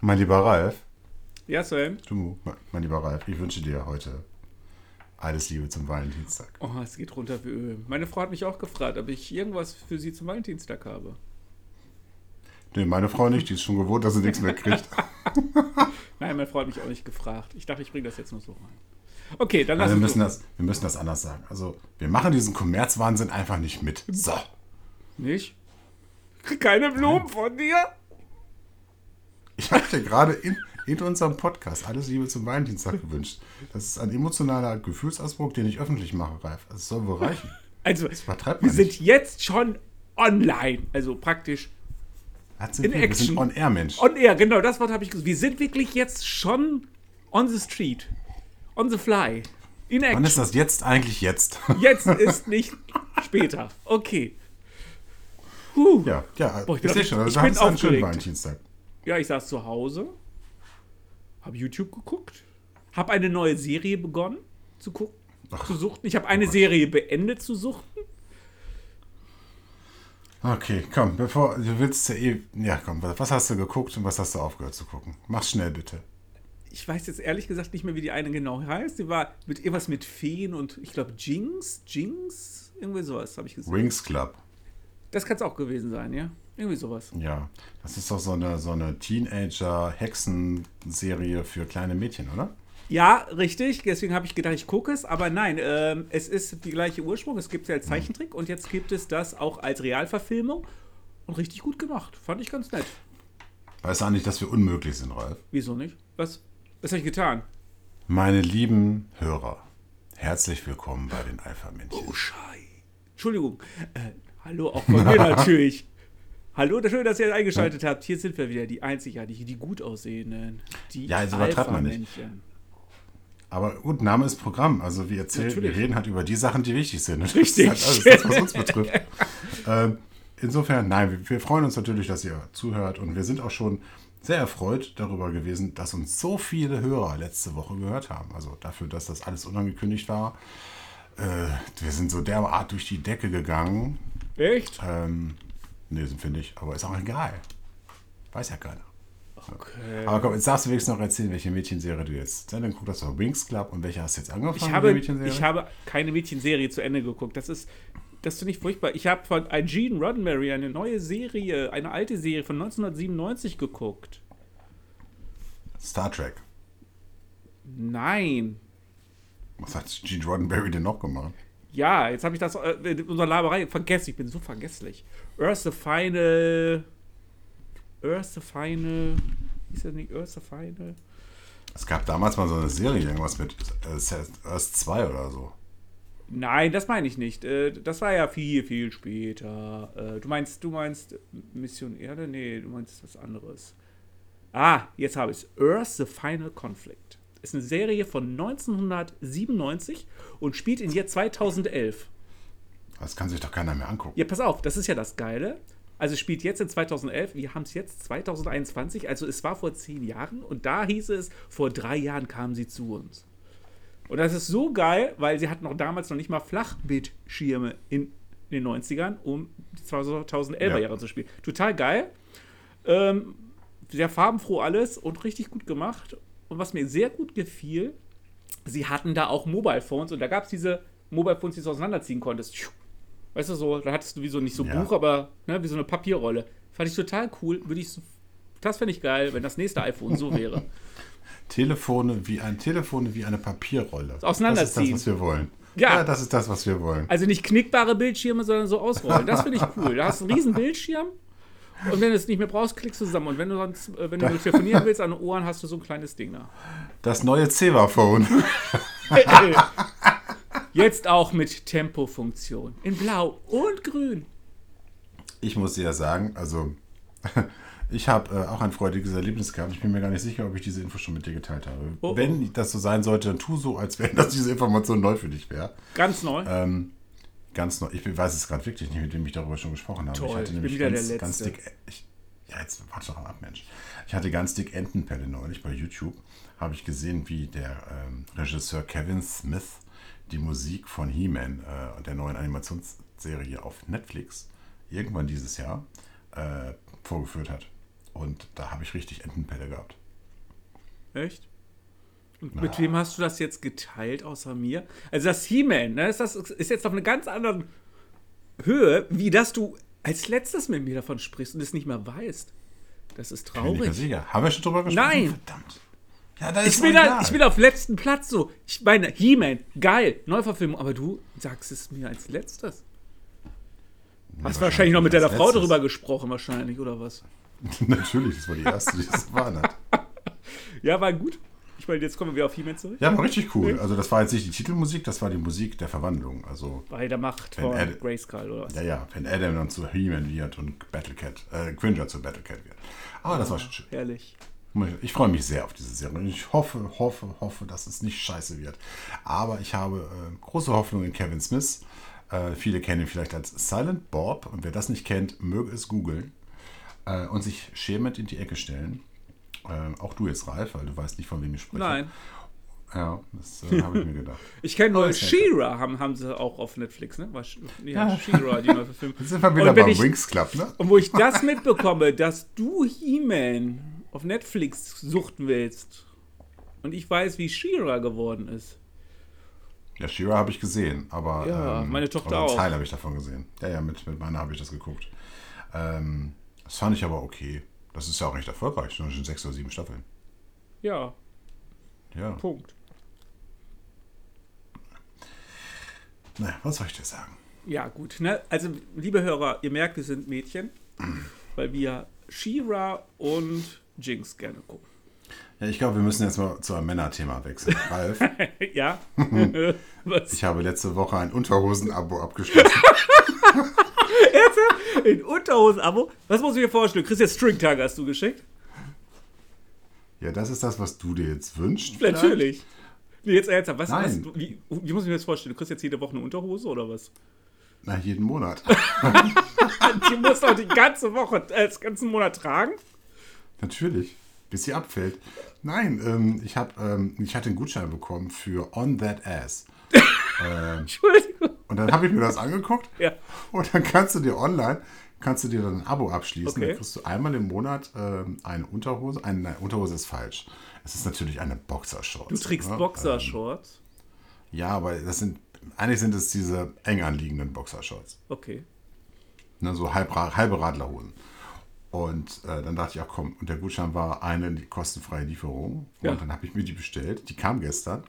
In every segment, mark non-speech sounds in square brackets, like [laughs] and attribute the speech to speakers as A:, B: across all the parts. A: Mein lieber Ralf,
B: Ja, Sam.
A: du, mein lieber Ralf, ich wünsche dir heute alles Liebe zum Valentinstag.
B: Oh, es geht runter wie Öl. Meine Frau hat mich auch gefragt, ob ich irgendwas für sie zum Valentinstag habe.
A: Nee, meine Frau nicht, die ist schon gewohnt, dass sie nichts mehr
B: [laughs]
A: kriegt.
B: Nein, meine Frau hat mich auch nicht gefragt. Ich dachte, ich bringe das jetzt nur so rein. Okay, dann lass
A: Also wir,
B: uns
A: müssen
B: los.
A: das, wir müssen das anders sagen. Also, wir machen diesen Kommerzwahnsinn einfach nicht mit. So.
B: Nicht? [laughs] Keine Blumen von dir?
A: Ich habe dir gerade in, in unserem Podcast alles Liebe zum Valentinstag gewünscht. Das ist ein emotionaler Gefühlsausdruck, den ich öffentlich mache, Ralf. Das soll wohl reichen.
B: Also,
A: Vertreibt
B: wir
A: man
B: sind
A: nicht.
B: jetzt schon online. Also praktisch
A: Hat
B: in
A: wir
B: Action.
A: sind on air, Mensch.
B: on air. Genau, das Wort habe ich gesagt. Wir sind wirklich jetzt schon on the street. On the fly. In
A: Wann
B: action.
A: ist das jetzt eigentlich jetzt?
B: Jetzt ist nicht später. Okay. Huh.
A: [laughs] ja, ja,
B: Boah, ich bin
A: seh
B: auch-
A: schon, also
B: ich
A: wir
B: bin
A: hatten einen schönen
B: aufgeregt.
A: Valentinstag.
B: Ja, ich saß zu Hause, habe YouTube geguckt, habe eine neue Serie begonnen zu gucken,
A: Ach.
B: zu suchten. Ich habe eine Serie beendet zu suchten.
A: Okay, komm, bevor du willst ja eh. Ja, komm, was hast du geguckt und was hast du aufgehört zu gucken? Mach schnell bitte.
B: Ich weiß jetzt ehrlich gesagt nicht mehr, wie die eine genau heißt. Die war mit irgendwas mit Feen und ich glaube Jinx, Jinx, irgendwie sowas habe ich gesehen.
A: Rings Club.
B: Das kann es auch gewesen sein, ja? Irgendwie sowas.
A: Ja, das ist doch so eine, so eine Teenager-Hexenserie für kleine Mädchen, oder?
B: Ja, richtig. Deswegen habe ich gedacht, ich gucke es. Aber nein, ähm, es ist die gleiche Ursprung. Es gibt es ja als Zeichentrick und jetzt gibt es das auch als Realverfilmung. Und richtig gut gemacht. Fand ich ganz nett.
A: Weißt du eigentlich, dass wir unmöglich sind, Ralf?
B: Wieso nicht? Was, was habe ich getan?
A: Meine lieben Hörer, herzlich willkommen bei den Alpha-Männchen.
B: Schei. Entschuldigung. Äh, hallo auch
A: [laughs]
B: von mir natürlich. Hallo, schön, dass ihr eingeschaltet habt. Hier sind wir wieder, die einzigartigen, die gut aussehenden. Die
A: Ja, also übertreibt man nicht.
B: Alpha-Männchen.
A: Aber gut, Name ist Programm. Also wir erzählen,
B: Natürlich.
A: wir reden halt über die Sachen, die wichtig sind. Und
B: Richtig.
A: Das ist halt alles, das, was uns betrifft.
B: [laughs]
A: ähm, insofern, nein, wir, wir freuen uns natürlich, dass ihr zuhört. Und wir sind auch schon sehr erfreut darüber gewesen, dass uns so viele Hörer letzte Woche gehört haben. Also dafür, dass das alles unangekündigt war. Äh, wir sind so derart durch die Decke gegangen.
B: Echt?
A: Ähm, nee, sind wir nicht. Aber ist auch egal. Weiß ja keiner.
B: Okay.
A: Aber komm, jetzt darfst du wenigstens noch erzählen, welche Mädchenserie du jetzt. Dann guck das doch Wings Club und welche hast du jetzt angefangen?
B: Ich
A: mit
B: habe,
A: der Mädchenserie?
B: ich habe keine Mädchenserie zu Ende geguckt. Das ist, das finde ich furchtbar. Ich habe von Gene Roddenberry eine neue Serie, eine alte Serie von 1997 geguckt.
A: Star Trek.
B: Nein.
A: Was hat Gene Roddenberry denn noch gemacht?
B: Ja, jetzt habe ich das äh, in unserer Laberei vergessen. Ich bin so vergesslich. Earth the Final. Earth the Final. Ist das nicht Earth the Final?
A: Es gab damals mal so eine Serie, irgendwas mit äh, Seth- Earth 2 oder so.
B: Nein, das meine ich nicht. Äh, Das war ja viel, viel später. Äh, Du meinst, du meinst Mission Erde? Nee, du meinst was anderes. Ah, jetzt habe ich es. Earth the Final Conflict. Ist eine Serie von 1997 und spielt in Jahr 2011.
A: Das kann sich doch keiner mehr angucken.
B: Ja, pass auf, das ist ja das Geile. Also es spielt jetzt in 2011, wir haben es jetzt 2021, also es war vor zehn Jahren und da hieß es, vor drei Jahren kamen sie zu uns. Und das ist so geil, weil sie hatten auch damals noch nicht mal Flachbildschirme in den 90ern, um die 2011er
A: Ja.
B: Jahre zu spielen. Total geil. Ähm, sehr farbenfroh alles und richtig gut gemacht. Und was mir sehr gut gefiel, sie hatten da auch Mobile Phones und da gab es diese Mobile Phones, die du auseinanderziehen konntest. Tschuh. Weißt du, so, da hattest du wie so nicht so
A: Ja.
B: Buch, aber ne, wie so eine Papierrolle. Fand ich total cool. Würde ich so, das fände ich geil, wenn das nächste iPhone so wäre.
A: Telefone wie ein Telefone wie eine Papierrolle.
B: Auseinanderziehen.
A: Das ist das, was wir wollen.
B: Ja.
A: das ist das, was wir wollen.
B: Also nicht knickbare Bildschirme, sondern so ausrollen. Das finde ich cool. Da hast du einen riesen Bildschirm und wenn du es nicht mehr brauchst, klickst du zusammen. Und wenn du sonst, äh, wenn du telefonieren willst an den Ohren, hast du so ein kleines Ding da.
A: Das neue Ceva-Phone.
B: Jetzt auch mit Tempofunktion. In Blau und Grün.
A: Ich muss dir ja sagen, also [laughs] ich habe äh, auch ein freudiges Erlebnis gehabt. Ich bin mir gar nicht sicher, ob ich diese Info schon mit dir geteilt habe.
B: Oh, oh.
A: Wenn das so sein sollte, dann tu so, als wenn [laughs] das diese Information neu für dich wäre.
B: Ganz neu.
A: Ähm, ganz neu. Ich weiß es gerade wirklich nicht, mit wem ich darüber schon gesprochen habe.
B: Toll,
A: ich
B: ich
A: hatte
B: bin
A: nämlich
B: wieder
A: ganz,
B: der
A: ganz
B: Letzte.
A: dick. Ich, ja, jetzt warte doch mal ab, Mensch. Ich hatte ganz dick Entenpelle neulich bei YouTube. Habe ich gesehen, wie der ähm, Regisseur Kevin Smith die Musik von He-Man, äh, der neuen Animationsserie auf Netflix, irgendwann dieses Jahr äh, vorgeführt hat. Und da habe ich richtig Entenpelle gehabt.
B: Echt? Und mit wem hast du das jetzt geteilt, außer mir? Also das He-Man, ne, ist, das, ist jetzt auf einer ganz anderen Höhe, wie dass du als letztes mit mir davon sprichst und es nicht mehr weißt. Das ist
A: Bin ich mir
B: traurig.
A: sicher. Haben wir schon drüber gesprochen?
B: Nein.
A: Verdammt. Ja, da
B: Ich
A: ist
B: bin,
A: doch
B: da,
A: egal.
B: ich
A: [laughs]
B: bin auf letzten Platz so. Ich meine, He-Man, geil, Neuverfilmung, aber du sagst es mir als letztes. Hast wahrscheinlich noch mit
A: als
B: deiner Frau
A: letztes.
B: darüber gesprochen, wahrscheinlich, oder was?
A: Natürlich, das war ne? die erste, die das [laughs] waren hat.
B: Ja, war gut. Ich meine, jetzt kommen wir wieder auf He-Man zurück.
A: Ja, war richtig cool. Also das war jetzt nicht die Titelmusik, das war die Musik der Verwandlung. Also,
B: Bei der Macht
A: Wenn
B: von
A: er-
B: Grayskull, oder was?
A: ja, ja, wenn Adam dann zu He-Man wird und Battle Cat, äh, Cringer zu Battle Cat wird. Aber das war schon schön.
B: Herrlich.
A: Ich freue mich sehr auf diese Serie und ich hoffe, hoffe, hoffe, dass es nicht scheiße wird. Aber ich habe äh, große Hoffnung in Kevin Smith. Äh, viele kennen ihn vielleicht als Silent Bob und wer das nicht kennt, möge es googeln äh, und sich schämend in die Ecke stellen. Äh, auch du jetzt, Ralf, weil du weißt nicht, von wem ich spreche.
B: Nein.
A: Ja, das äh, habe ich mir gedacht.
B: Ich kenne nur
A: ist ja
B: She-Ra, haben, haben sie auch auf Netflix, ne? War, Sh- ja,
A: Ja.
B: She-Ra, die neue Verfilmung.
A: Jetzt sind wir
B: Und
A: wieder
B: wenn
A: beim
B: ich-
A: Wings Club, ne?
B: Und wo ich das mitbekomme, dass du He-Man auf Netflix suchten willst und ich weiß, wie She-Ra geworden ist.
A: Ja, Shira habe ich gesehen, aber
B: Ja, meine Tochter
A: aber einen
B: auch.
A: Teil habe ich davon gesehen. Ja, ja, mit, mit meiner habe ich das geguckt. Ähm, das fand ich aber okay. Das ist ja auch recht erfolgreich, nur schon sechs oder sieben Staffeln.
B: Ja,
A: Ja.
B: Punkt.
A: Na, was soll ich dir sagen?
B: Ja, gut. Ne? Also, liebe Hörer, ihr merkt, wir sind Mädchen, weil wir She-Ra und Jinx gerne gucken.
A: Ja, ich glaube, wir müssen jetzt mal zu einem Männerthema
B: [laughs]
A: wechseln. Ralf,
B: ja? Was?
A: ich habe letzte Woche ein Unterhosen-Abo abgeschlossen.
B: Ein Unterhosen-Abo? Was muss ich mir vorstellen? Du kriegst jetzt Stringtag, hast du geschickt?
A: ja, das ist das, was du dir jetzt wünschst. vielleicht?
B: [laughs] Natürlich. Nee, jetzt ernsthaft, was,
A: Nein.
B: was wie, wie muss ich mir das vorstellen? Du kriegst jetzt jede Woche eine Unterhose oder was? [laughs]
A: Na, jeden Monat.
B: Die musst du auch die ganze Woche, äh, den ganzen Monat tragen?
A: Natürlich, bis sie abfällt. Nein, ähm, ich, hab, ähm, ich hatte einen Gutschein bekommen für On That Ass.
B: Entschuldigung.
A: Und dann habe ich mir das angeguckt
B: Ja.
A: und dann kannst du dir online, kannst du dir dann ein Abo abschließen.
B: Okay.
A: Dann kriegst du einmal im Monat ähm, eine Unterhose. Eine, nein, Unterhose ist falsch. Es ist natürlich eine Boxershorts.
B: Du trägst
A: ne?
B: Boxershorts.
A: Ähm, ja, aber das sind, eigentlich sind es diese eng anliegenden Boxershorts.
B: Okay.
A: Ne? So halb, halbe Radlerhosen. Und äh, dann dachte ich, ach komm, und der Gutschein war eine li- kostenfreie Lieferung.
B: Ja.
A: Und dann habe ich mir die bestellt. Die kam gestern.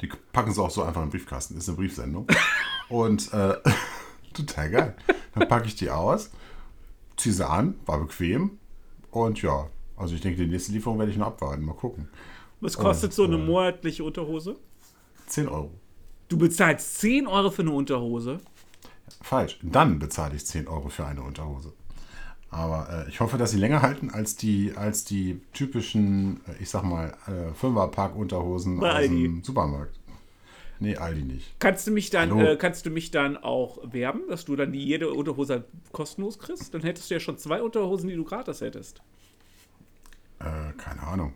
A: Die packen sie auch so einfach in den Briefkasten. Ist eine Briefsendung. und äh, [laughs] total geil. Dann packe ich die aus, ziehe sie an, war bequem. Und ja, also ich denke, die nächste Lieferung werde ich noch abwarten. Mal gucken.
B: Was kostet
A: Und,
B: so eine
A: äh,
B: monatliche Unterhose?
A: 10 Euro.
B: Du bezahlst 10 Euro für eine Unterhose.
A: Falsch. Dann bezahle ich 10 Euro für eine Unterhose. Aber äh, ich hoffe, dass sie länger halten als die, als die typischen, äh, ich sag mal, äh, Fünferpack-Unterhosen
B: Bei
A: aus
B: Aldi.
A: dem Supermarkt. Nee, Aldi nicht.
B: Kannst du mich dann,
A: Hallo.
B: äh, kannst du mich dann auch werben, dass du dann die jede Unterhose halt kostenlos kriegst? Dann hättest du ja schon zwei Unterhosen, die du gratis hättest.
A: Äh, keine Ahnung.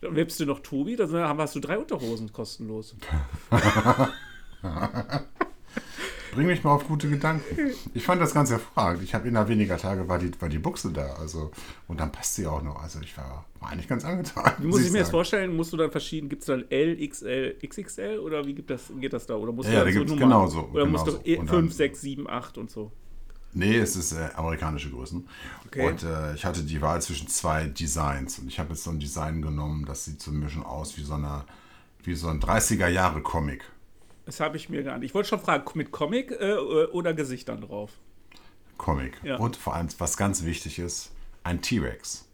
B: Dann werbst du noch Tobi, dann haben- hast du drei Unterhosen kostenlos.
A: Bring mich mal auf gute Gedanken. Ich fand das ganz hervorragend. Ich habe innerhalb weniger Tage war die, war die Buchse da. Also, und dann passt sie auch noch. Also ich war, war eigentlich ganz angetan.
B: Wie muss ich mir das
A: sagen.
B: vorstellen? Musst du dann verschieden, gibt es dann L, XL, XXL oder wie gibt das, geht das da? Oder musst
A: Ja,
B: du
A: da
B: dann
A: gibt's
B: Nummern-
A: genau so,
B: Oder musst
A: genau
B: du E
A: so. Und
B: 5,
A: dann-
B: 6, 7, 8 und so.
A: Nee, es ist äh, amerikanische Größen.
B: Okay.
A: Und äh, ich hatte die Wahl zwischen zwei Designs. Und ich habe jetzt so ein Design genommen, das sieht so ein bisschen aus wie so, eine, wie so ein 30er-Jahre-Comic.
B: Das habe ich mir gar nicht. Ich wollte schon fragen, mit Comic äh, oder Gesichtern drauf?
A: Comic.
B: Ja.
A: Und vor allem, was ganz wichtig ist, ein T-Rex.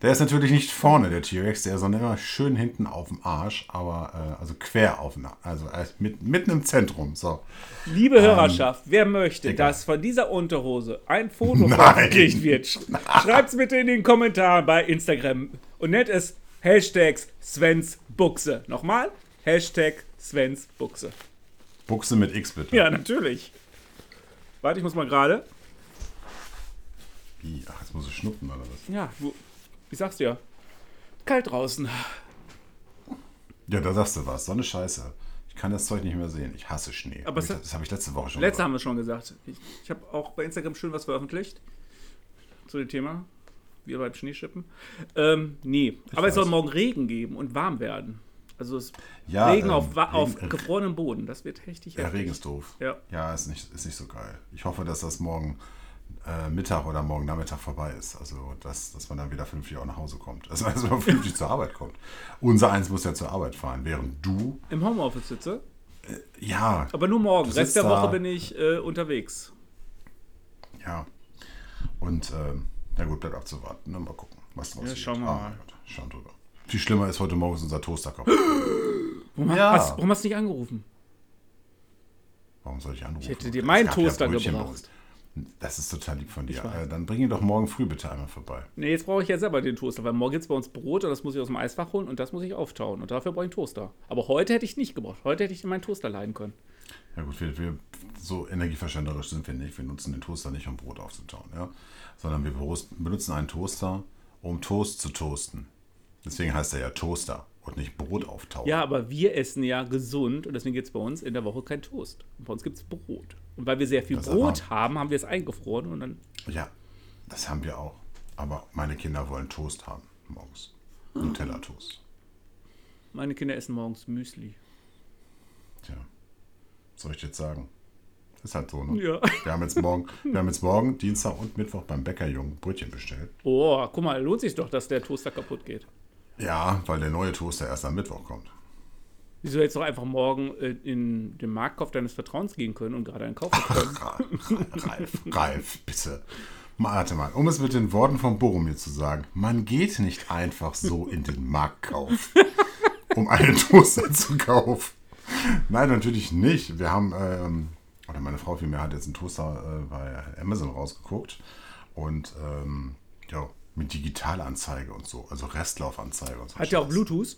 A: Der ist natürlich nicht vorne, der T-Rex, der ist sondern immer schön hinten auf dem Arsch, aber äh, also quer auf dem Arsch, also äh, mit, mitten im Zentrum. So.
B: Liebe Hörerschaft, wer möchte,
A: Ähm, egal.
B: dass von dieser Unterhose ein Foto
A: Nein.
B: veröffentlicht wird,
A: [laughs]
B: sch- schreibt's bitte in den Kommentaren bei Instagram und nennt es Hashtags Svens Buchse. Nochmal, Hashtag Svens Buchse.
A: Buchse mit X bitte.
B: Ja, natürlich. Warte, ich muss mal gerade.
A: Wie? Ach, jetzt muss ich schnuppen oder was?
B: Ja, du, ich sag's dir. Kalt draußen.
A: Ja, da sagst du was. So eine Scheiße. Ich kann das Zeug nicht mehr sehen. Ich hasse Schnee.
B: Aber
A: Hab ich,
B: es-
A: das das habe ich letzte Woche schon
B: Letzte
A: gesagt.
B: haben wir schon gesagt. Ich, ich habe auch bei Instagram schön was veröffentlicht zu dem Thema. wir beim Schneeschippen. Ähm, nee,
A: Ich
B: aber es soll
A: weiß.
B: morgen Regen geben und warm werden. Also es
A: Ja,
B: Regen
A: ähm,
B: auf, wa- auf
A: Regen-
B: gefrorenem Boden, das wird richtig
A: Ja,
B: heftig.
A: Regen ist doof.
B: Ja.
A: ja ist, nicht, ist nicht so geil. Ich hoffe, dass das morgen äh, Mittag oder morgen Nachmittag vorbei ist. Also, dass, dass man dann wieder fünfzig auch nach Hause kommt. Also, dass
B: [laughs]
A: man fünfzig zur Arbeit kommt. Unser Eins muss ja zur Arbeit fahren, während du,
B: Im Homeoffice sitze,
A: ja,
B: aber nur morgen.
A: Du
B: Rest
A: sitzt
B: der
A: da.
B: Woche bin ich äh, unterwegs.
A: ja. Und, ähm, na gut, bleibt abzuwarten. Ne? Mal gucken, was draus
B: Ja,
A: wird.
B: schauen wir
A: Ah,
B: mal.
A: mein Gott, Schauen drüber. Viel schlimmer ist heute Morgen ist unser Toaster kaputt.
B: Warum,
A: Ja.
B: hast, warum hast du nicht angerufen?
A: Warum soll ich anrufen?
B: Ich hätte dir meinen
A: Es gab ja
B: Toaster
A: Brötchen bei
B: gebracht.
A: uns. Das ist total lieb von dir.
B: Ich weiß.
A: Äh, Dann bring ihn doch morgen früh bitte einmal vorbei.
B: Nee, jetzt brauche ich ja selber den Toaster, weil morgen gibt es bei uns Brot und das muss ich aus dem Eisfach holen und das muss ich auftauen. Und dafür brauche ich einen Toaster. Aber heute hätte ich nicht gebraucht. Heute hätte ich meinen Toaster leihen können.
A: Ja gut, wir, wir so energieverschwenderisch sind wir nicht. Wir nutzen den Toaster nicht, um Brot aufzutauen, ja? sondern wir berus- benutzen einen Toaster, um Toast zu toasten. Deswegen heißt er ja Toaster und nicht Brot auftauen.
B: Ja, aber wir essen ja gesund und deswegen gibt es bei uns in der Woche kein Toast. Und bei uns gibt es Brot. Und weil wir sehr viel
A: Das ist
B: Brot haben, haben wir es eingefroren und dann.
A: ja, das haben wir auch. Aber meine Kinder wollen Toast haben morgens. Nutella-Toast.
B: Meine Kinder essen morgens Müsli.
A: Tja, was soll ich jetzt sagen? Ist halt so, ne?
B: Ja.
A: Wir haben jetzt morgen, wir haben jetzt morgen Dienstag und Mittwoch beim Bäckerjungen Brötchen bestellt.
B: Oh, guck mal, lohnt sich doch, dass der Toaster kaputt geht.
A: Ja, weil der neue Toaster erst am Mittwoch kommt.
B: Wieso jetzt doch einfach morgen äh, in den Marktkauf deines Vertrauens gehen können und gerade einen kaufen
A: [laughs]
B: können?
A: Ra- Ra- Ralf, Ralf, bitte. Mal, Warte mal, um es mit den Worten von Boromir zu sagen, man geht nicht einfach so in den Marktkauf, um einen Toaster zu kaufen. Nein, natürlich nicht. Wir haben, ähm, oder meine Frau vielmehr hat jetzt einen Toaster äh, bei Amazon rausgeguckt und ähm, ja, mit Digitalanzeige und so, also Restlaufanzeige und so.
B: Hat ja auch Bluetooth.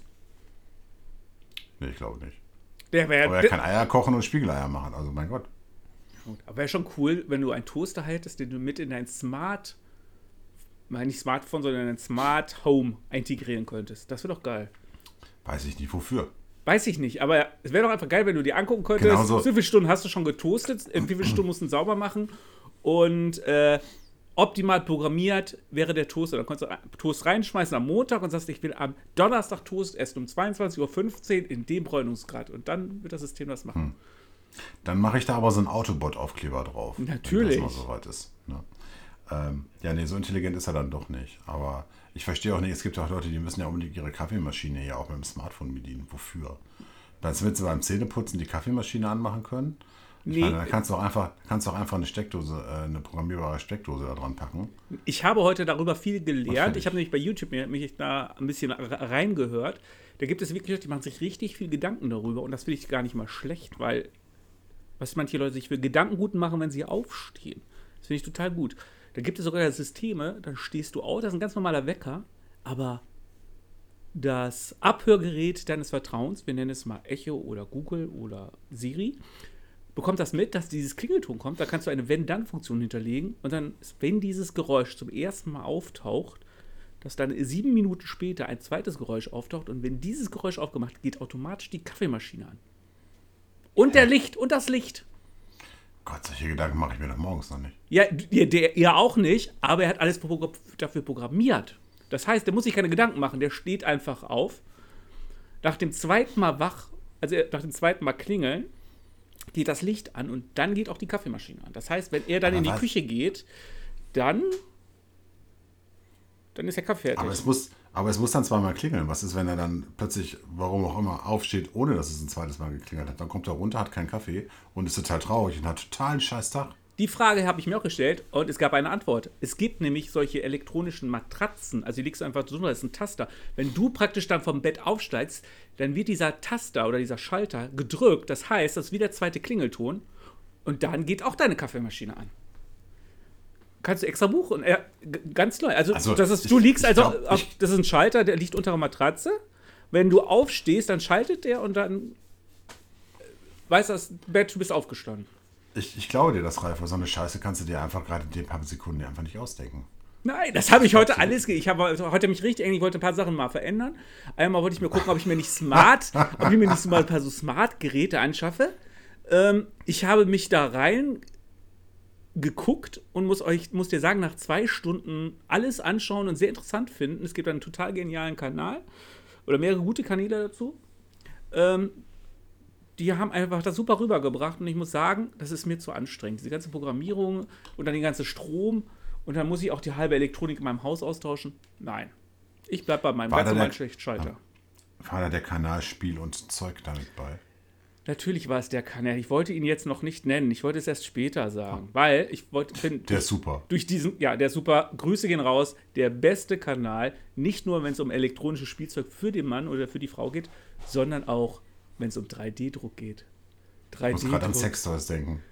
A: Nee, ich glaube nicht.
B: Der wäre
A: Aber er Oh, kann Eier kochen und Spiegeleier machen, also mein Gott.
B: Gut, aber wäre schon cool, wenn du einen Toaster hättest, den du mit in dein Smart, nein, nicht Smartphone, sondern in dein Smart Home integrieren könntest. Das wäre doch geil.
A: Weiß ich nicht wofür.
B: Weiß ich nicht, aber es wäre doch einfach geil, wenn du dir angucken könntest,
A: Genau so.
B: wie viele Stunden hast du schon getoastet, in wie viele Stunden musst du ihn sauber machen und äh, optimal programmiert wäre der Toaster. Dann konntest du Toast reinschmeißen am Montag und sagst, ich will am Donnerstag Toast essen um 22.15 Uhr in dem Bräunungsgrad und dann wird das System das machen.
A: Dann mache ich da aber so einen Autobot-Aufkleber drauf.
B: Natürlich.
A: Wenn das mal soweit ist. Ne? Ähm, ja, nee, so intelligent ist er dann doch nicht. Aber ich verstehe auch nicht, es gibt ja auch Leute, die müssen ja unbedingt ihre Kaffeemaschine hier auch mit dem Smartphone bedienen. Wofür? Dann willst du beim Zähneputzen die Kaffeemaschine anmachen können. Ich
B: Nee.
A: meine, dann kannst du auch einfach, kannst du auch einfach eine Steckdose, äh, eine programmierbare Steckdose da dran packen.
B: Ich habe heute darüber viel gelernt.
A: Wahrscheinlich.
B: Ich habe nämlich bei YouTube mir- mich da ein bisschen r- reingehört. Da gibt es wirklich Leute, die machen sich richtig viel Gedanken darüber. Und das finde ich gar nicht mal schlecht, weil was manche Leute sich für Gedanken gut machen, wenn sie aufstehen. Das finde ich total gut. Da gibt es sogar Systeme, dann stehst du auf, das ist ein ganz normaler Wecker, aber das Abhörgerät deines Vertrauens, wir nennen es mal Echo oder Google oder Siri, bekommt das mit, dass dieses Klingelton kommt. Da kannst du eine Wenn-Dann-Funktion hinterlegen und dann, ist, wenn dieses Geräusch zum ersten Mal auftaucht, dass dann sieben Minuten später ein zweites Geräusch auftaucht und wenn dieses Geräusch aufgemacht, geht automatisch die Kaffeemaschine an. Und der Licht und das Licht.
A: Gott, solche Gedanken mache ich mir doch morgens noch nicht.
B: Ja, d- ja, der, er auch nicht, aber er hat alles pro- dafür programmiert. Das heißt, der muss sich keine Gedanken machen, der steht einfach auf. Nach dem zweiten Mal wach, also äh, nach dem zweiten Mal klingeln, geht das Licht an und dann geht auch die Kaffeemaschine an. Das heißt, wenn er dann
A: Aber
B: in die
A: was-
B: Küche geht, dann, dann ist der Kaffee
A: Aber
B: fertig.
A: es muss, aber es muss dann zweimal klingeln. Was ist, wenn er dann plötzlich, warum auch immer, aufsteht, ohne dass es ein zweites Mal geklingelt hat? Dann kommt er runter, hat keinen Kaffee und ist total traurig und hat total einen scheiß Tag.
B: Die Frage habe ich mir auch gestellt und es gab eine Antwort. Es gibt nämlich solche elektronischen Matratzen, also die legst du einfach drunter, das ist ein Taster. Wenn du praktisch dann vom Bett aufsteigst, dann wird dieser Taster oder dieser Schalter gedrückt, das heißt, das ist wie der zweite Klingelton und dann geht auch deine Kaffeemaschine an. Kannst du extra buchen? Äh, g- ganz neu. Also,
A: Also,
B: das ist,
A: ich-
B: du liegst
A: ich
B: also,
A: glaub,
B: auf,
A: ich-
B: das ist ein Schalter, der liegt unter der Matratze. Wenn du aufstehst, dann schaltet der und dann äh, weiß das Bett, du bist aufgestanden.
A: Ich, ich glaube dir das, Ralf, weil so eine Scheiße kannst du dir einfach gerade in den paar Sekunden dir einfach nicht ausdenken.
B: Nein, das habe ich heute alles. ge- Ich habe heute mich richtig, ich wollte ein paar Sachen mal verändern. Einmal wollte ich mir gucken, ob ich mir nicht smart, ob ich mir nicht mal ein paar so smart Geräte anschaffe. Ähm, ich habe mich da rein geguckt und muss euch, muss dir sagen, nach zwei Stunden alles anschauen und sehr interessant finden. Es gibt einen total genialen Kanal oder mehrere gute Kanäle dazu. Ähm, die haben einfach das super rübergebracht und ich muss sagen, das ist mir zu anstrengend. Diese ganze Programmierung und dann den ganzen Strom und dann muss ich auch die halbe Elektronik in meinem Haus austauschen. Nein. Ich bleib bei meinem
A: War
B: ganz
A: da
B: normalen
A: der-
B: Schlechtschalter.
A: War da der Kanalspiel und Zeug damit bei?
B: Natürlich war es der Kanal. Ich wollte ihn jetzt noch nicht nennen. Ich wollte es erst später sagen, weil ich wollte finden.
A: Der ist super.
B: durch diesen, ja, der super, Grüße gehen raus, der beste Kanal, nicht nur wenn es um elektronisches Spielzeug für den Mann oder für die Frau geht, sondern auch wenn es um 3D-Druck geht.
A: Ich muss gerade an
B: 3D-Druck.
A: Sextoys denken.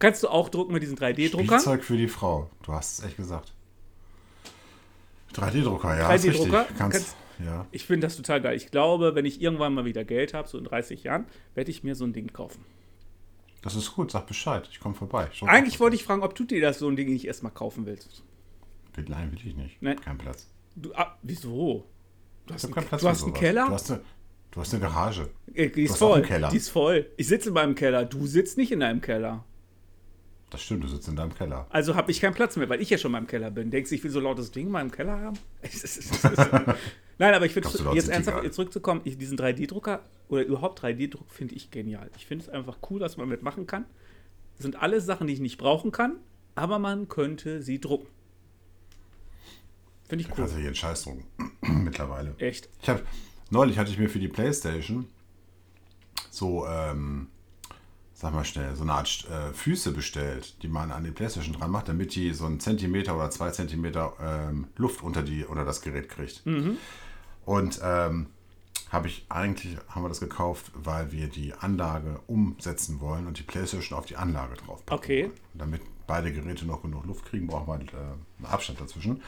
B: Kannst du auch drucken mit diesen 3D-Druckern?
A: Spielzeug für die Frau. Du hast es echt gesagt. 3D-Drucker, ja, 3D
B: 3D
A: ist richtig.
B: Drucker,
A: Kannst,
B: kannst-
A: ja.
B: Ich finde das total geil. Ich glaube, wenn ich irgendwann mal wieder Geld habe, so in 30 Jahren, werde ich mir so ein Ding kaufen.
A: Das ist gut, sag Bescheid. Ich komme vorbei. Ich druck
B: Eigentlich
A: auch.
B: wollte ich fragen, ob du dir das so ein Ding nicht erstmal kaufen willst.
A: Will- Nein, will ich nicht.
B: Nein.
A: Kein Platz.
B: Du, ah, wieso? Du hast,
A: Ich habe
B: einen,
A: keinen Platz
B: du
A: für
B: hast einen
A: sowas.
B: Keller?
A: Du hast eine, du hast eine Garage.
B: Äh, die ist
A: hast auch
B: voll.
A: einen Keller.
B: Die ist voll. Ich sitze in meinem Keller. Du sitzt nicht in deinem Keller.
A: Das stimmt, du sitzt in deinem Keller.
B: Also habe ich keinen Platz mehr, weil ich ja schon mal im Keller bin. Denkst du, ich will so lautes Ding mal im Keller haben? [laughs] Nein, aber ich finde
A: Glaubst du, laut
B: jetzt
A: sind die
B: ernsthaft
A: gerade?
B: jetzt zurückzukommen, ich, diesen 3D-Drucker oder überhaupt 3D-Druck finde ich genial. Ich finde es einfach cool, was man damit machen kann. Das sind alles Sachen, die ich nicht brauchen kann, aber man könnte sie drucken. Finde ich
A: Da
B: cool.
A: kannst du jeden Scheiß drucken. [clears throat] Mittlerweile.
B: Echt.
A: Ich hab, neulich hatte ich mir für die Playstation so, ähm, sag mal schnell, so eine Art äh, Füße bestellt, die man an die Playstation dran macht, damit die so einen Zentimeter oder zwei Zentimeter ähm, Luft unter, die, unter das Gerät kriegt. Und ähm, habe ich eigentlich, haben wir das gekauft, weil wir die Anlage umsetzen wollen und die Playstation auf die Anlage drauf packen
B: Okay.
A: wollen. Damit beide Geräte noch genug Luft kriegen, brauchen wir halt, äh, einen Abstand dazwischen.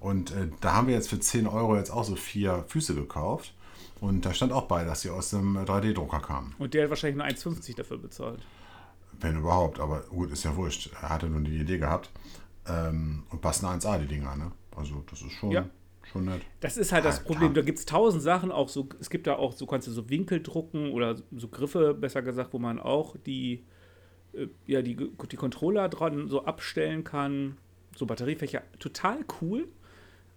A: Und äh, da haben wir jetzt für 10 Euro jetzt auch so vier Füße gekauft. Und da stand auch bei, dass sie aus dem 3D-Drucker kamen.
B: Und der hat wahrscheinlich nur 1,50 dafür bezahlt.
A: Wenn überhaupt, aber gut, ist ja wurscht. Er hatte nur die Idee gehabt. Ähm, und passen 1A die Dinger, ne? Also das ist schon,
B: Ja.
A: schon nett.
B: Das ist halt das
A: Alter.
B: Problem. Da gibt es tausend Sachen, auch so, es gibt da auch, so kannst du so Winkel drucken oder so Griffe, besser gesagt, wo man auch die, äh, ja, die, die Controller dran so abstellen kann. So Batteriefächer, total cool.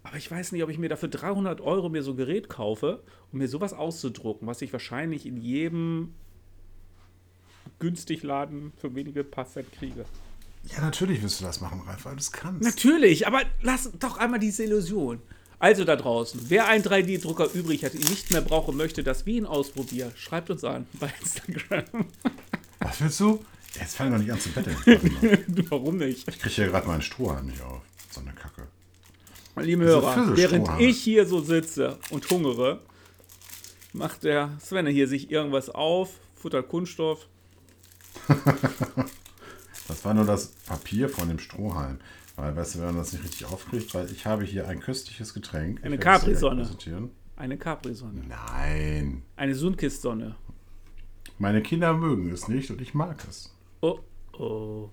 B: Aber ich weiß nicht, ob ich mir dafür 300 Euro mir so ein Gerät kaufe, um mir sowas auszudrucken, was ich wahrscheinlich in jedem günstig Laden für wenige paar Cent kriege.
A: Ja, natürlich wirst du das machen, Ralf, weil du es kannst.
B: Natürlich, aber lass doch einmal diese Illusion. Also da draußen, wer einen 3D-Drucker übrig hat, ihn nicht mehr brauchen möchte, dass wir ihn ausprobieren, schreibt uns an bei Instagram. [laughs]
A: Was willst du? Jetzt fang doch nicht an zu betteln. Warte mal.
B: Warum nicht?
A: Ich kriege hier gerade meinen Strohhalm nicht auf. So eine Kacke.
B: Liebe
A: Diese
B: Hörer,
A: Füllstrohhalme.
B: während ich hier so sitze und hungere, macht der Svenne hier sich irgendwas auf, futtert Kunststoff.
A: Das war nur das Papier von dem Strohhalm. Weil, weißt du, wenn man das nicht richtig aufkriegt, weil ich habe hier ein köstliches Getränk.
B: Eine
A: Ich werde es direkt
B: Capri-Sonne.
A: präsentieren.
B: Eine Capri-Sonne.
A: Nein.
B: Eine Sunkist-Sonne.
A: Meine Kinder mögen es nicht und ich mag es.
B: Oh, oh.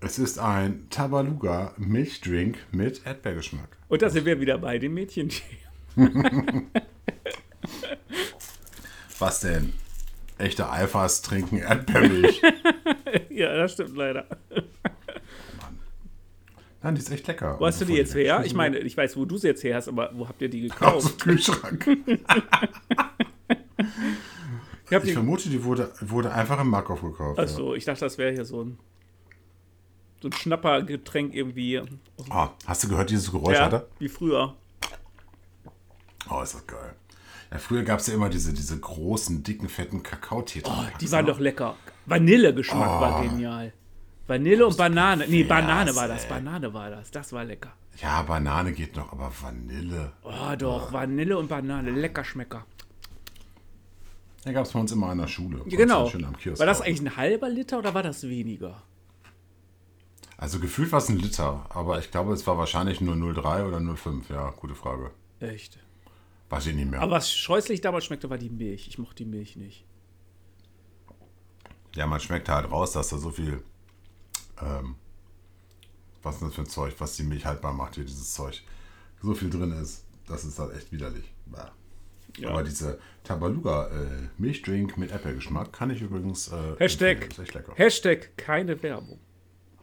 A: Es ist ein Tabaluga Milchdrink mit Erdbeergeschmack.
B: Und da sind wir wieder bei den Mädchen. [laughs]
A: Was denn? Echte Alphas trinken
B: [laughs]
A: Erdbeermilch.
B: ja, das stimmt leider.
A: Nein, die ist echt lecker.
B: Wo hast du die jetzt her? Ich meine, ich weiß, wo du sie jetzt her hast, aber wo habt ihr die gekauft?
A: Aus [laughs] dem
B: [laughs]
A: Kühlschrank.
B: Ich hab
A: Ich
B: die
A: vermute, die wurde, wurde einfach im Markov gekauft. ja.
B: Achso, Also, ich dachte, das wäre hier so ein, so ein Schnappergetränk irgendwie.
A: Oh, hast du gehört, dieses Geräusch,
B: Ja,
A: Alter?
B: wie früher.
A: Oh, ist das geil. Ja, früher gab es ja immer diese, diese großen, dicken, fetten
B: Oh,
A: Kakao-Tetra.
B: die waren doch lecker. Vanillegeschmack war genial. Vanille und Banane. Nee, Banane war das.
A: ey.
B: Banane war das. Das war lecker.
A: Ja, Banane geht noch, aber Vanille.
B: Oh, doch. Vanille und Banane. Lecker Schmecker.
A: Da gab es bei uns immer an der Schule. Konntest du
B: Ja, genau.
A: Schön am Kiosk
B: War das
A: kaufen.
B: eigentlich ein halber Liter oder war das weniger?
A: Also gefühlt war es ein Liter, aber ich glaube, es war wahrscheinlich nur 0,3 oder 0,5. Ja, gute Frage.
B: Echt.
A: Weiß ich nicht mehr.
B: Aber was scheußlich damals schmeckte, war die Milch. Ich mochte die Milch nicht.
A: ja, man schmeckt halt raus, dass da so viel. Ähm, was ist das für ein Zeug, was die Milch haltbar macht, hier dieses Zeug. So viel drin ist, das ist halt echt widerlich. Bah.
B: Ja.
A: Aber diese Tabaluga äh, Milchdrink mit Apple-Geschmack kann ich übrigens. Äh,
B: Hashtag,
A: empfehlen. Ist echt lecker.
B: Hashtag keine Werbung.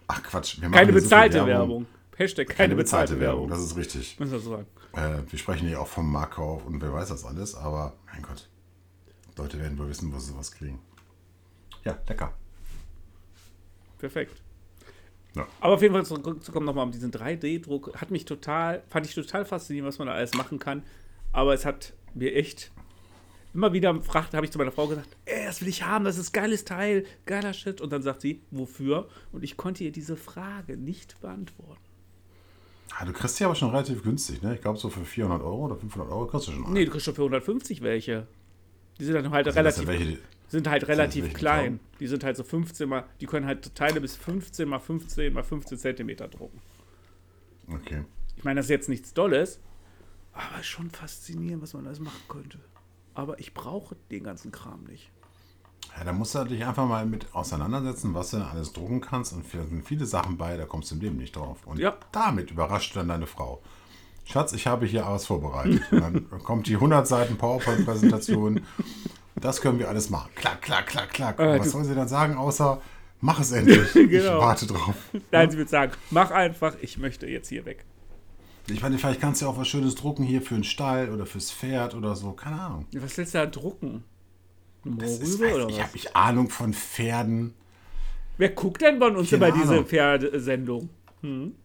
A: Ach Quatsch, wir machen
B: Keine
A: hier so viel
B: bezahlte Werbung. Hashtag keine,
A: Keine
B: bezahlte, Werbung.
A: das ist richtig.
B: Müssen wir so sagen.
A: Äh, wir sprechen hier auch vom Marktkauf und wer weiß das alles, aber mein Gott, Leute werden wohl wissen, wo sie was kriegen. Ja, lecker.
B: Perfekt.
A: Ja.
B: Aber auf jeden Fall zurückzukommen nochmal um diesen 3D-Druck, hat mich total, fand ich total faszinierend, was man da alles machen kann. Aber es hat mir echt immer wieder gefragt, habe ich zu meiner Frau gesagt, ey, das will ich haben, das ist geiles Teil, geiler Shit. Und dann sagt sie, wofür? Und ich konnte ihr diese Frage nicht beantworten.
A: Ah, du kriegst die aber schon relativ günstig, ne? Ich glaube, so für 400 Euro oder 500 Euro kriegst du schon eine.
B: Nee, du kriegst schon für 150 welche. Die sind dann halt
A: Sind das
B: relativ,
A: denn welche, die-
B: sind halt relativ
A: welche
B: klein.
A: Tauben?
B: Die sind halt so 15 mal, die können halt Teile bis 15 mal 15 mal 15 Zentimeter drucken.
A: Okay.
B: Ich meine, das ist jetzt nichts Dolles, aber schon faszinierend, was man alles machen könnte. Aber ich brauche den ganzen Kram nicht.
A: Ja, da musst du dich einfach mal mit auseinandersetzen, was du alles drucken kannst. Und da sind viele Sachen bei, da kommst du im Leben nicht drauf. Und
B: Ja.
A: damit überrascht dann deine Frau. Schatz, ich habe hier was vorbereitet. Und dann
B: [laughs]
A: kommt die 100 Seiten PowerPoint-Präsentation. Das können wir alles machen. Klack, klack, klack, klack.
B: Äh,
A: Und was
B: du-
A: soll sie dann sagen, außer mach es
B: [laughs]
A: endlich.
B: Genau.
A: Ich warte drauf.
B: Nein, sie wird sagen, mach einfach, ich möchte jetzt hier weg.
A: Ich meine, vielleicht kannst du ja auch was Schönes drucken hier für einen Stall oder fürs Pferd oder so. Keine Ahnung.
B: Was willst du da drucken? Ein
A: Das
B: Moor
A: ist-
B: rüber oder
A: ich
B: was?
A: habe nicht Ahnung von Pferden.
B: Wer guckt denn bei uns
A: Keine
B: immer diese
A: Ahnung.
B: Pferdesendung? [laughs]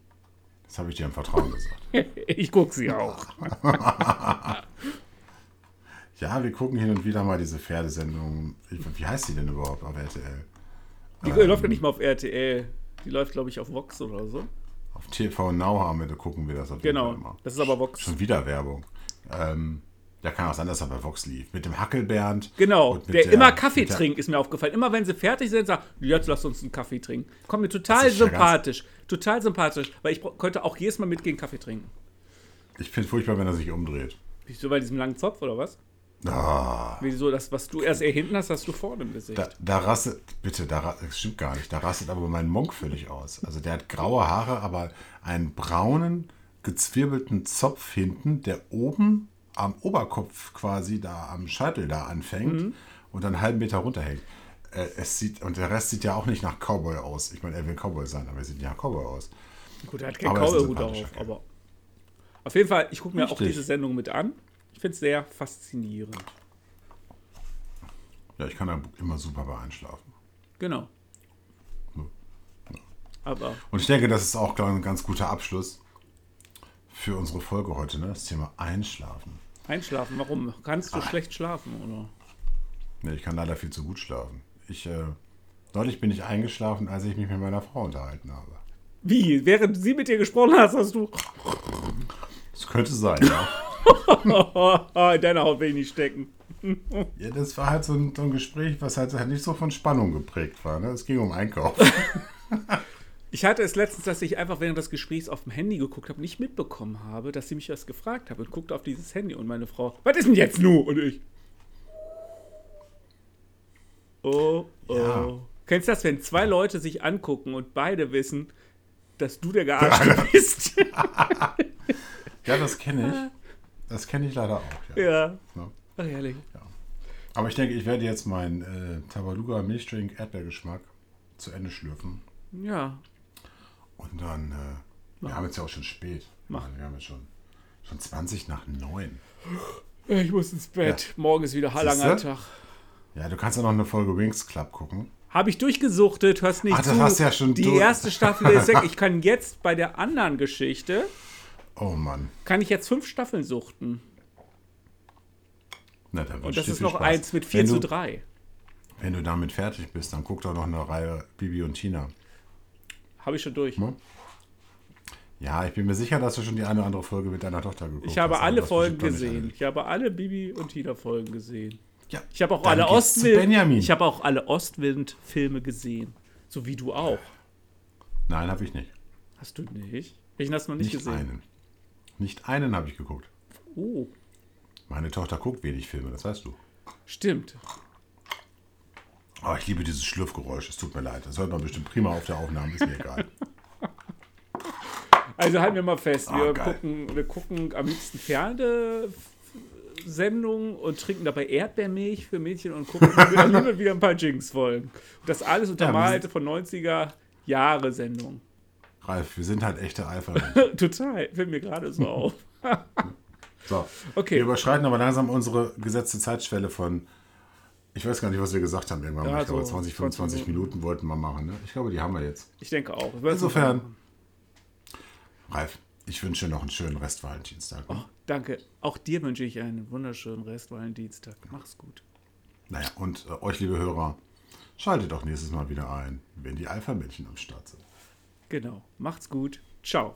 A: Das habe ich dir im Vertrauen gesagt.
B: Ich guck sie auch.
A: Ja, wir gucken hin und wieder mal diese Pferdesendung. Ich- Wie heißt die denn überhaupt auf RTL?
B: Die läuft ja nicht mal auf RTL. Die läuft, glaube ich, auf Vox oder so.
A: Auf TV Now haben wir, da gucken wir das auf jeden Fall
B: Genau.
A: mal.
B: Das ist aber Vox.
A: Schon wieder Werbung. Ähm, ja, kann auch sein, dass er bei Vox lief. Mit dem Hackelbernd.
B: Genau,
A: und mit
B: der, immer Kaffee
A: mit der-
B: trinkt, ist mir aufgefallen. Immer wenn sie fertig sind, sagt, jetzt lass uns einen Kaffee trinken. Kommt mir total
A: ist ja
B: sympathisch. Total sympathisch, weil ich bra- könnte auch jedes Mal mitgehen Kaffee trinken.
A: Ich finde furchtbar, wenn er sich umdreht.
B: Wieso bei diesem langen Zopf oder was?
A: Ah,
B: Wieso das, was du erst hier hinten hast, hast du vorne im Gesicht.
A: da, da rastet, bitte, da, ra- das stimmt gar nicht. Da rastet aber mein Monk völlig aus. Also der hat graue Haare, aber einen braunen, gezwirbelten Zopf hinten, der oben am Oberkopf quasi da am Scheitel da anfängt und dann einen halben Meter runterhängt. Äh, Es sieht, und der Rest sieht ja auch nicht nach Cowboy aus. Ich meine, er will Cowboy sein, aber er sieht nicht nach Cowboy aus.
B: Gut, er hat keinen
A: aber das ist ein
B: Kauerhut
A: sympathischer
B: auf,
A: Kerl.
B: aber. Auf jeden Fall, ich gucke mir auch
A: Richtig.
B: diese Sendung mit an. Ich finde es sehr faszinierend.
A: Ja, ich kann da immer super bei einschlafen.
B: Genau.
A: Hm.
B: Aber
A: Und ich denke, das ist auch glaub ich, ein ganz guter Abschluss für unsere Folge heute, ne? Das Thema Einschlafen.
B: einschlafen, warum? Kannst du
A: Ah.
B: schlecht schlafen, oder?
A: Nee, ich kann leider viel zu gut schlafen. Ich, äh, neulich bin ich eingeschlafen, als ich mich mit meiner Frau unterhalten habe.
B: Wie? Während sie mit dir gesprochen hast, hast du.
A: Das könnte sein, [laughs] ja.
B: Ah, in deiner Haut will ich nicht stecken.
A: ja das war halt so ein, so ein Gespräch, was halt, halt nicht so von Spannung geprägt war. Ne? Es ging um [laughs] Einkauf.
B: Ich hatte es letztens, dass ich einfach während des Gesprächs auf dem Handy geguckt habe, nicht mitbekommen habe, dass sie mich was gefragt hat und guckte auf dieses Handy und meine Frau, was ist denn jetzt nu? Und ich. Oh, oh.
A: Ja.
B: Kennst du das, wenn zwei Leute sich angucken und beide wissen, dass du der Gearschte bist? [laughs]
A: ja, das kenne ich. Das kenne ich leider auch, ja.
B: ja.
A: Ne?
B: Ach, herrlich.
A: Aber ich denke, ich werde jetzt meinen äh, Tabaluga Milchdrink Erdbeergeschmack zu Ende schlürfen.
B: Ja.
A: Und dann, äh, wir haben jetzt ja auch schon spät.
B: Mach.
A: Wir haben jetzt schon, schon 20 nach 9.
B: Ich muss ins Bett. Morgen ist wieder ein
A: Siehste?
B: langer Tag.
A: Ja, du kannst ja noch eine Folge Wings Club gucken.
B: Habe ich durchgesuchtet, hörst nicht
A: Ach, Ah, das
B: zu.
A: hast du ja schon
B: Die
A: durch.
B: erste Staffel
A: [laughs]
B: ist weg. Ich kann jetzt bei der anderen Geschichte,
A: Oh Mann.
B: kann ich jetzt fünf Staffeln suchten.
A: Na, dann
B: Und das ist noch eins mit 4 zu 3.
A: Wenn du damit fertig bist, dann guck doch noch eine Reihe Bibi und Tina.
B: Habe ich schon durch.
A: Hm? Ja, ich bin mir sicher, dass du schon die eine oder andere Folge mit deiner Tochter geguckt hast.
B: Ich habe
A: aber
B: alle
A: das
B: Folgen
A: bestimmt noch nicht
B: gesehen.
A: alle.
B: Ich habe alle Bibi und Tina Folgen gesehen.
A: Ja,
B: Ich habe auch
A: dann
B: alle
A: geht's zu
B: Ostwind.
A: Benjamin.
B: Ich habe auch alle Ostwind Filme gesehen, so wie du auch.
A: Nein, habe ich nicht.
B: Hast du nicht? Ich habe es noch nicht,
A: Nicht
B: gesehen.
A: einen. Nicht einen habe ich geguckt.
B: Oh,
A: Meine Tochter guckt wenig Filme, das weißt du.
B: stimmt.
A: Aber ich liebe dieses Schlürfgeräusch, es tut mir leid. Das hört man bestimmt prima auf der Aufnahme, ist mir
B: [laughs]
A: egal.
B: Also halten wir mal fest,
A: Ah,
B: wir
A: geil.
B: gucken, wir gucken am liebsten Fernsehsendungen und trinken dabei Erdbeermilch
A: [laughs]
B: für Mädchen und gucken immer wieder ein paar Jinx-Folgen. Und Das alles untermalt von 90er Jahre Sendung. [laughs]
A: Ralf, wir sind halt echte Eiferler.
B: Total, fällt mir gerade so auf.
A: So.
B: Okay.
A: Wir überschreiten aber langsam unsere gesetzte Zeitschwelle von, ich weiß gar nicht, was wir gesagt haben irgendwann. mal.
B: Ja,
A: ich glaube,
B: so
A: 20,
B: 25
A: 25 Minuten wollten wir machen. Ne? Ich glaube, die haben wir jetzt.
B: Ich denke auch.
A: Insofern, Ralf, ich wünsche dir noch einen schönen Rest Valentinstag.
B: Oh.
A: ne?
B: Danke. Auch dir wünsche ich einen wunderschönen Rest Valentinstag. Mach's gut.
A: Naja, und äh, euch, liebe Hörer, schaltet doch nächstes Mal wieder ein, wenn die Alpha-Männchen am Start sind.
B: Genau. Macht's gut. Ciao.